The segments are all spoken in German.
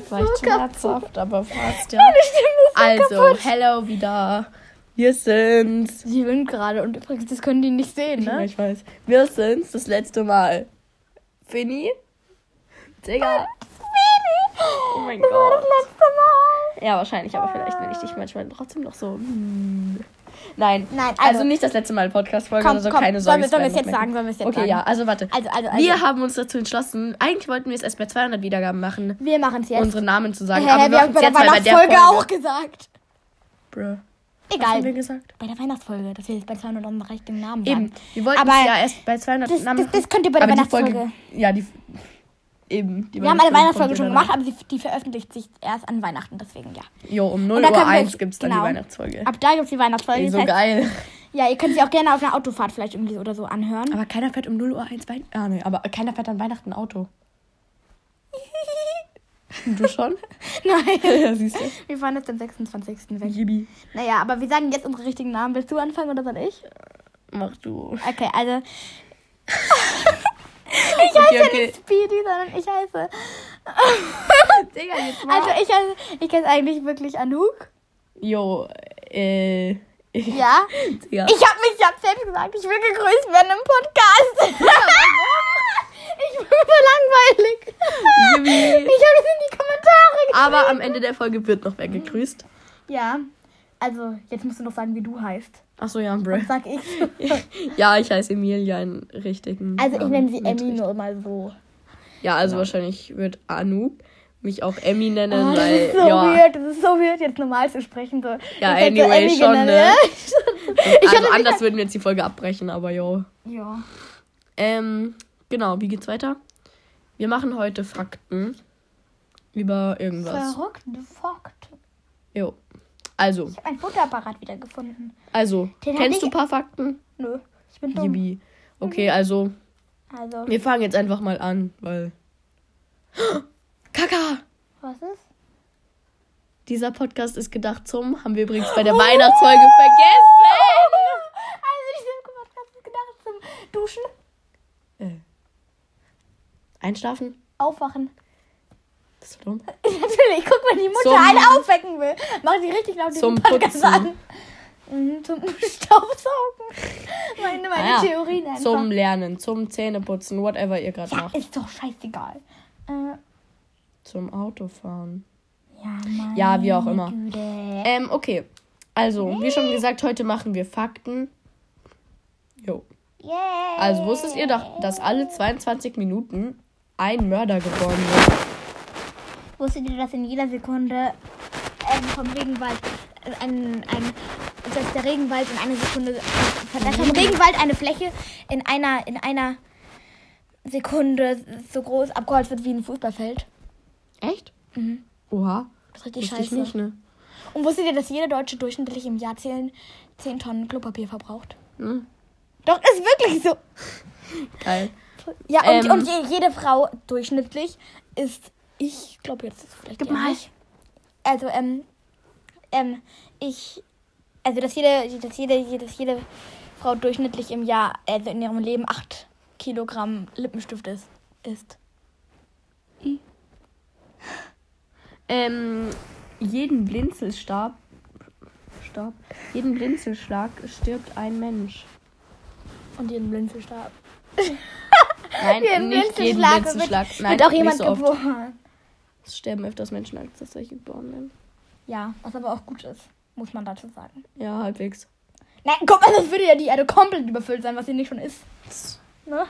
Das war echt schmerzhaft, aber fast, ja. Also, hello wieder. Wir sind's. Sie winkt gerade und übrigens, das können die nicht sehen, Ja, ne? Ich weiß. Wir sind's das letzte Mal. Finny? Ah, Digga. Oh mein Gott. Ja, wahrscheinlich, aber vielleicht nenne ich dich manchmal trotzdem noch so. hm. Nein. Nein, Also, also- nicht das letzte Mal Podcast-Folge, Komm, also komm, keine sollen Sorge. wir, sollen wir es Spam jetzt machen. sagen? Sollen wir es jetzt Okay, sagen? ja, also warte. Also, also, also. Wir haben uns dazu entschlossen, eigentlich wollten wir es erst bei 200 Wiedergaben machen, wir machen es jetzt. unsere Namen zu sagen. Hä, aber wir haben machen's bei der jetzt mal bei der Weihnachtsfolge Folge auch gesagt. Bruh. Egal. Haben wir gesagt? Bei der Weihnachtsfolge, dass wir jetzt bei 200 noch recht den Namen Eben. sagen. Wir wollten Aber es ja erst bei 200 das- Namen das- das könnt ihr bei der aber die Weihnachtsfolge. Folge- Ja, die. Eben. Die Wir haben eine Weihnachtsfolge kommt schon ja danach. gemacht, aber die, die veröffentlicht sich erst an Weihnachten, deswegen ja. Jo, um Und 0 da Uhr können wir- 1 gibt's dann genau. die Weihnachtsfolge. Ab da gibt es die Weihnachtsfolge. Ey, so das heißt, geil. Ja, ihr könnt sie auch gerne auf einer Autofahrt vielleicht irgendwie oder so anhören. Aber keiner fährt um 0 Uhr 1 Weihnachten. Ah, nee, aber keiner fährt an Weihnachten Auto. du schon? Nein. ja, siehst du. Wir fahren jetzt am 26. weg. Jibi. Naja, aber wir sagen jetzt unsere richtigen Namen. Willst du anfangen oder soll ich? Mach du. Okay, also Ich okay, okay. nicht Speedy, sondern ich heiße. Digga, jetzt Also ich heiße, ich heiße eigentlich wirklich Anouk. Jo, äh. Ich, Ja. Digga. Ich habe mich, ich hab selbst gesagt, ich will gegrüßt werden im Podcast. ich bin so langweilig. Jibi. Ich habe es in die Kommentare geschrieben. Aber am Ende der Folge wird noch wer gegrüßt. Ah. Ja. Also, jetzt musst du noch sagen, wie du heißt. Achso, ja, Bro. Sag ich. Ja, ich heiße Emilia in richtigen. Also, ich Namen. nenne sie Genau. Mit Emmy nur immer so. Ja, also wahrscheinlich wird Anouk mich auch Emmy nennen, Ah, das weil ist so ja, weird, das ist so weird, jetzt normal zu sprechen. So. ja Ich hätte so anyway Emmy schon, genannt, ne? hatte Also mich anders würden wir jetzt die Folge abbrechen, aber jo. ja. Ja. Ähm, genau, wie geht's weiter? Wir machen heute Fakten über irgendwas. Verrückt, gefuckt. Jo. Also, Ich habe mein Fotoapparat wieder gefunden. also, Den hab kennst du ich- ein paar Fakten? Nö, ich bin dumm. Gibi. Okay, also, Also, wir fangen jetzt einfach mal an, weil. Kaka! was ist? Dieser Podcast ist gedacht zum, haben wir übrigens bei der Weihnachtsfolge vergessen. Also, ich habe gerade gedacht zum Duschen, Äh. Einschlafen? Aufwachen. Bist du dumm? Natürlich, guck mal, die Mutter Zum- alle aufwecken will. Mach die richtig laut Zum diesen Podcast Putzen. an. Mhm, zum Staubsaugen. Meine, meine Ah ja. Theorien einfach. Zum Lernen, zum Zähneputzen, whatever ihr gerade ja, macht. ist doch scheißegal. Äh, Zum Autofahren. ja, meine Ja, wie auch immer. Güte. Ähm, okay. Also, wie schon gesagt, heute machen wir Fakten. Jo. Yeah. Also, wusstet ihr doch, dass alle 22 Minuten ein Mörder geboren wird? Wusstet ihr, dass in jeder Sekunde ähm, vom Regenwald äh, ein, ein dass der Regenwald in einer Sekunde dass vom Regenwald eine Fläche in einer in einer Sekunde so groß abgeholzt wird wie ein Fußballfeld. Echt? Mhm. Oha. Das ist richtig Wusste ich scheiße. nicht, ne? Und wusstet ihr, dass jeder Deutsche durchschnittlich im Jahr 10, 10 Tonnen Klopapier verbraucht? Hm. Doch, ist wirklich so. Geil. Ja, und, Ähm. und je, jede Frau durchschnittlich ist, ich glaube jetzt ist es vielleicht Gib eher mal. nicht. Also, ähm, ähm, ich, also, dass jede, dass jede, dass jede Frau durchschnittlich im Jahr, also in ihrem Leben, 8 Kilogramm Lippenstift ist. ist. Ähm, jeden Blinzelstab. Stab? Jeden Blinzelschlag stirbt ein Mensch. Und jeden Blinzelstab. Nein, nicht jeden Blinzelschlag. Wird, Nein, wird auch jemand nicht so oft. geboren. Es sterben öfters Menschen, als dass solche geboren werden. Ja, was aber auch gut ist, muss man dazu sagen. Ja, halbwegs. Nein, guck mal, das würde ja die Erde komplett überfüllt sein, was sie nicht schon ist. Ne?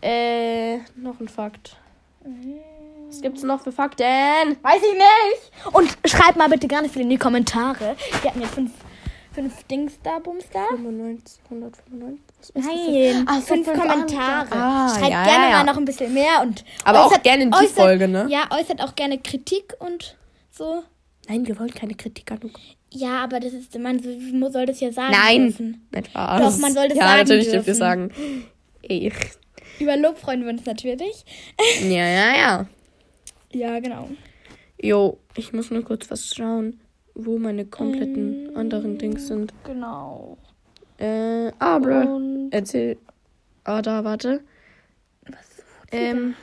Äh, noch ein Fakt. Was gibt's noch für Fakten? Weiß ich nicht. Und schreibt mal bitte gar nicht viel in die Kommentare. Wir hatten jetzt fünf, fünf Dings da, Bums da. 95, 195. Nein, Ach, Ah, fünf fünf Kommentare. Ah, schreibt ja, gerne ja, ja. mal noch ein bisschen mehr und Aber auch gerne in die äußert, Folge, ne? Ja, äußert auch gerne Kritik und so. Nein, wir wollen keine Kritik an Ja, aber das ist, man so- soll das ja sagen. Nein. Dürfen. Nicht Spaß. Doch, man soll das ja, sagen natürlich dürfen. dürfen wir sagen. Ich. Über Lob freuen wir uns natürlich. Ja, ja, ja. Ja, genau. Jo, ich muss nur kurz was schauen, wo meine kompletten anderen Dings sind. Genau. Äh, ah, bro. Und Erzähl. Ah, da, warte. was, Ähm,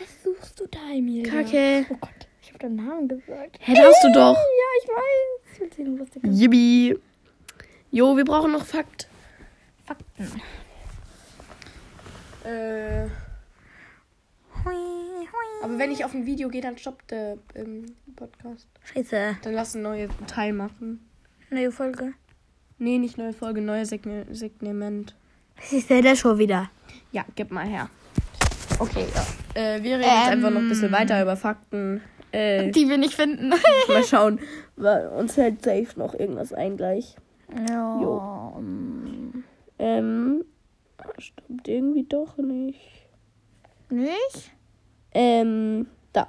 was suchst du da, Emilia? Kacke. Oh Gott, ich hab auf den Namen gesagt. Hä, darfst du doch. Ja, ich weiß. Ich will sehen, was der Yippie. Jo, wir brauchen noch Fakt. Fakten. Äh, Hui, hui. aber wenn ich auf ein Video gehe, dann stoppt der ähm, Podcast. Scheiße. Dann lass einen neuen Teil machen. Neue Folge. Nee, nicht neue Folge, neues Segne Segment. Was ist denn da schon wieder? Ja, gib mal her. Okay, ja. Äh, wir reden jetzt einfach noch ein Ähm. bisschen weiter über Fakten. Äh, Die wir nicht finden. mal schauen, weil uns hält safe noch irgendwas ein gleich. ja. Jo. Ähm, stimmt irgendwie doch nicht. Nicht? Ähm, da.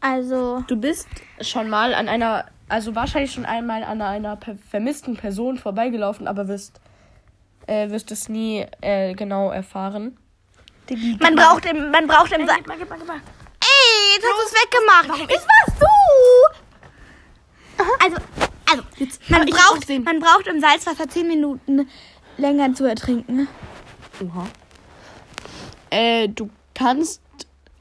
Also. Du bist schon mal an einer, also wahrscheinlich schon einmal an einer per vermissten Person vorbeigelaufen, aber wirst, äh, wirst es nie äh, genau erfahren. Man braucht im. Man braucht im. Gib mal, gib mal, gib mal. Ey, jetzt hast du es weggemacht. Das warst du. Also, also man, ich muss braucht, sehen. man braucht im Salzwasser 10 Minuten länger zu ertrinken. Oha. Äh, du kannst,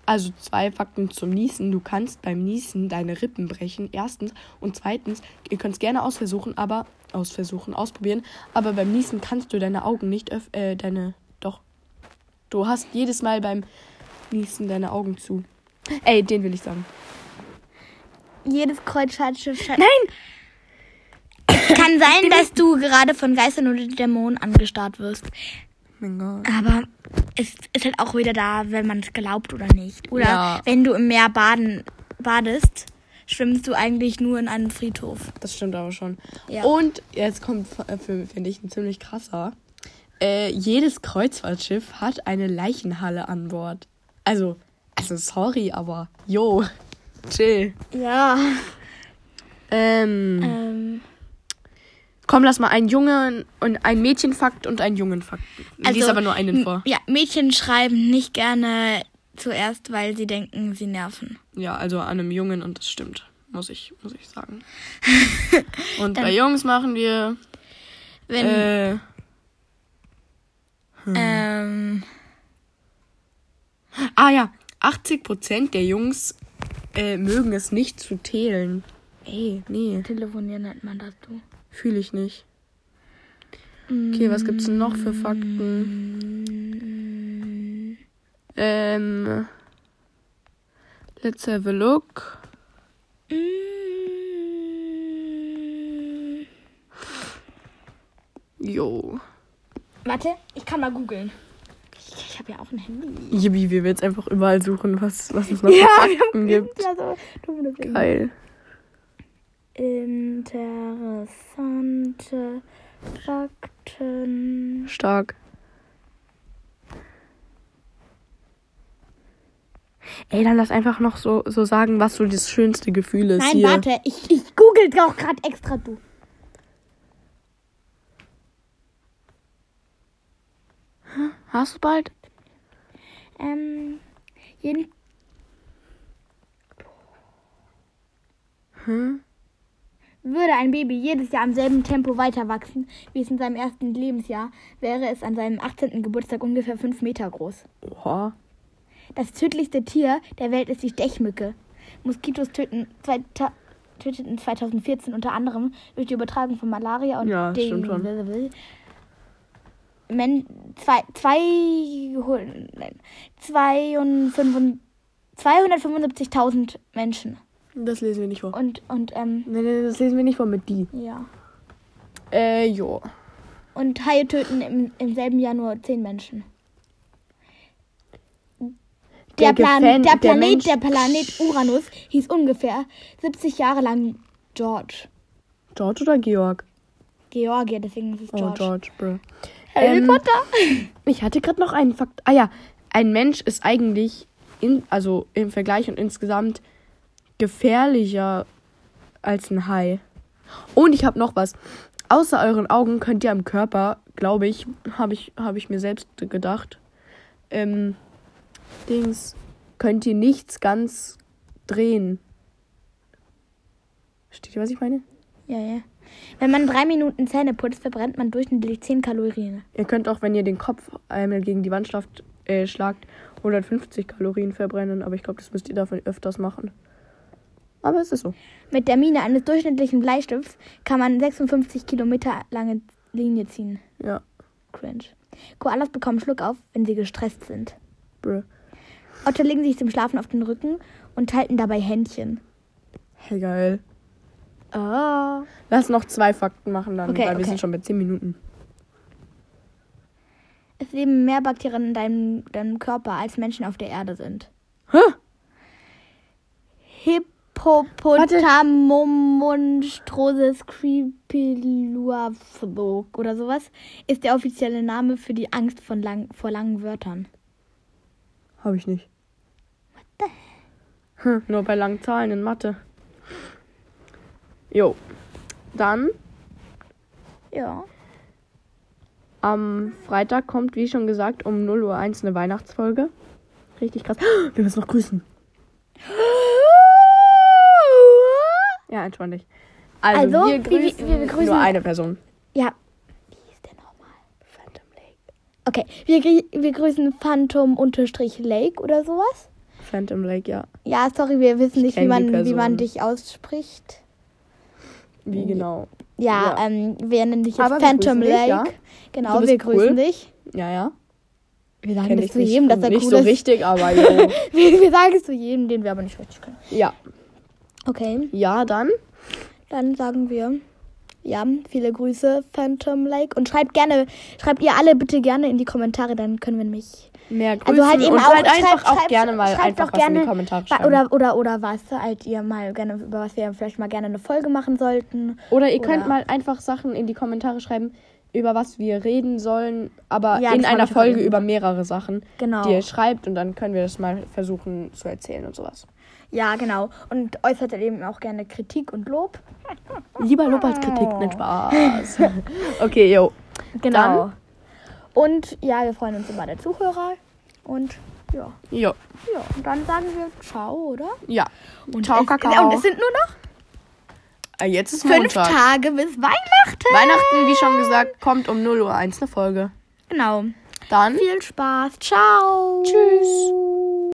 also zwei Fakten zum Niesen. Du kannst beim Niesen deine Rippen brechen, erstens. Und zweitens, ihr könnt es gerne ausversuchen, aber ausversuchen, ausprobieren. Aber beim Niesen kannst du deine Augen nicht öffnen, äh, deine, doch. Du hast jedes Mal beim Niesen deine Augen zu. Ey, den will ich sagen. Jedes Kreuzfahrtschiff scha- Nein! kann sein, dass du gerade von Geistern oder Dämonen angestarrt wirst. Mein Gott. Aber es ist halt auch wieder da, wenn man es glaubt oder nicht. Oder Ja. wenn du im Meer baden, badest, schwimmst du eigentlich nur in einem Friedhof. Das stimmt aber schon. Ja. Und jetzt kommt, äh, für- finde ich, ein ziemlich krasser. Äh, jedes Kreuzfahrtschiff hat eine Leichenhalle an Bord. Also, also sorry, aber jo, chill. Ja. Ähm, Ähm, komm, lass mal einen Jungen und ein Mädchenfakt und einen Jungenfakt. Also, Lies aber nur einen m- vor. Ja, Mädchen schreiben nicht gerne zuerst, weil sie denken, sie nerven. Ja, also an einem Jungen und das stimmt, muss ich, muss ich sagen. Und bei Jungs machen wir Wenn, äh, ähm, Ah ja, 80% der Jungs äh, mögen es nicht zu teilen. Ey, nee, telefonieren nennt man das du. fühle ich nicht. Okay, was gibt's denn noch für Fakten? Ähm. Let's have a look. Jo. Warte, ich kann mal googeln. Ich, ich habe ja auch ein Handy. Yippie, wir werden jetzt einfach überall suchen, was, was es noch für Fakten gibt. Also, du bist Geil. Interessante Fakten. Stark. Ey, dann lass einfach noch so, so sagen, was so das schönste Gefühl ist. Nein, hier. warte, ich, ich google auch gerade extra du. Hast du bald? Ähm, jeden Würde ein Baby jedes Jahr im selben Tempo weiter wachsen, wie es in seinem ersten Lebensjahr, wäre es an seinem 18. Geburtstag ungefähr 5 Meter groß. Oha. Das tödlichste Tier der Welt ist die Stechmücke. Moskitos töten zweita- töteten 2014 unter anderem durch die Übertragung von Malaria und Ja, stimmt schon. Men zwei, zwei, hun- nein, 255 275.000 Menschen. Das lesen wir nicht vor. Und, und, ähm, Nee, nee, das lesen wir nicht vor mit die. ja. Äh, jo. Und Haie töten im, im selben Jahr nur 10 Menschen. Der, Plan, Gefan- der Planet, Mensch- der, Planet Uranus hieß ungefähr 70 Jahre lang George. George oder Georg? Georgia, deswegen ist es George. Oh, George, bro. Harry Ähm, Potter. Ich hatte gerade noch einen Fakt. Ah ja, ein Mensch ist eigentlich, in, also im Vergleich und insgesamt, gefährlicher als ein Hai. Und ich habe noch was. Außer euren Augen könnt ihr am Körper, glaube ich, habe ich, hab ich mir selbst gedacht, ähm, Dings, könnt ihr nichts ganz drehen. Versteht ihr, was ich meine? Ja, ja. Wenn man drei Minuten Zähne putzt, verbrennt man durchschnittlich 10 Kalorien. Ihr könnt auch, wenn ihr den Kopf einmal gegen die Wand schlaft, äh, schlagt, 150 Kalorien verbrennen, aber ich glaube, das müsst ihr davon öfters machen. Aber es ist so. Mit der Mine eines durchschnittlichen Bleistifts kann man 56 Kilometer lange Linie ziehen. Ja. Cringe. Koalas bekommen Schluckauf, wenn sie gestresst sind. Brr. Otter legen sich zum Schlafen auf den Rücken und halten dabei Händchen. Hey, geil. Oh. Lass noch zwei Fakten machen dann, Okay, weil wir okay. sind schon bei 10 Minuten. Es leben mehr Bakterien in deinem, deinem Körper, als Menschen auf der Erde sind. Hä? Hippopotamomonstrosis creepiluafbog oder sowas ist der offizielle Name für die Angst von lang, vor langen Wörtern. Habe ich nicht. Hm, nur bei langen Zahlen in Mathe. Jo. Dann Ja. am Freitag kommt, wie schon gesagt, um 0.01 Uhr eine Weihnachtsfolge. Richtig krass. Wir müssen noch grüßen. Ja, entspann dich. Also, Also, wir, wie- wie- grüßen wir grüßen- nur eine Person. Ja. Wie ist der nochmal? Phantom Lake. Okay, wir, grie- wir grüßen Phantom-Lake oder sowas. Phantom Lake, ja. Ja, sorry, wir wissen nicht, wie kenn die man, wie Person. man dich ausspricht. Wie genau? Ja, Ja. ähm, wir nennen dich jetzt Aber wir Phantom grüßen dich, Lake. ja. Du Genau, bist wir grüßen cool. dich. Ja, ja. Wir sagen Kenn das ich zu nicht, jedem, dass er nicht cool so ist. richtig, aber jo. Wir, wir sagen es zu jedem, den wir aber nicht richtig können. ja. Okay, Ja, dann. dann sagen wir, ja, viele Grüße, Phantom Lake. Und schreibt gerne, schreibt ihr alle bitte gerne in die Kommentare, dann können wir nämlich. mehr grüßen Also halt eben und auch, halt einfach schreibt, auch schreibt, gerne mal schreibt einfach auch was in gerne, die Kommentare wa- schreiben. Oder, Oder, oder, oder was halt ihr mal gerne, über was wir vielleicht mal gerne eine Folge machen sollten. ihr könnt oder- mal einfach Sachen in die Kommentare schreiben, über was wir reden sollen, aber in Ja, das wollte einer ich Folge verbinden. über mehrere Sachen, Genau. die ihr schreibt und dann können wir das mal versuchen zu erzählen und sowas. Ja, genau. Und äußert eben auch gerne Kritik und Lob. Lieber Lob als Kritik, nicht Spaß. okay, yo. Genau. Und ja, wir freuen uns immer der Zuhörer. Und ja, Jo. ja. Und dann sagen wir Ciao, oder? Ja. Und Ciao, es, Kakao. Und es sind nur noch Ah, Jetzt ist fünf Montag. Tage bis Weihnachten. Weihnachten, wie schon gesagt, kommt um 0 Uhr 1 eine Folge. Genau. Dann. Viel Spaß. Ciao. Tschüss.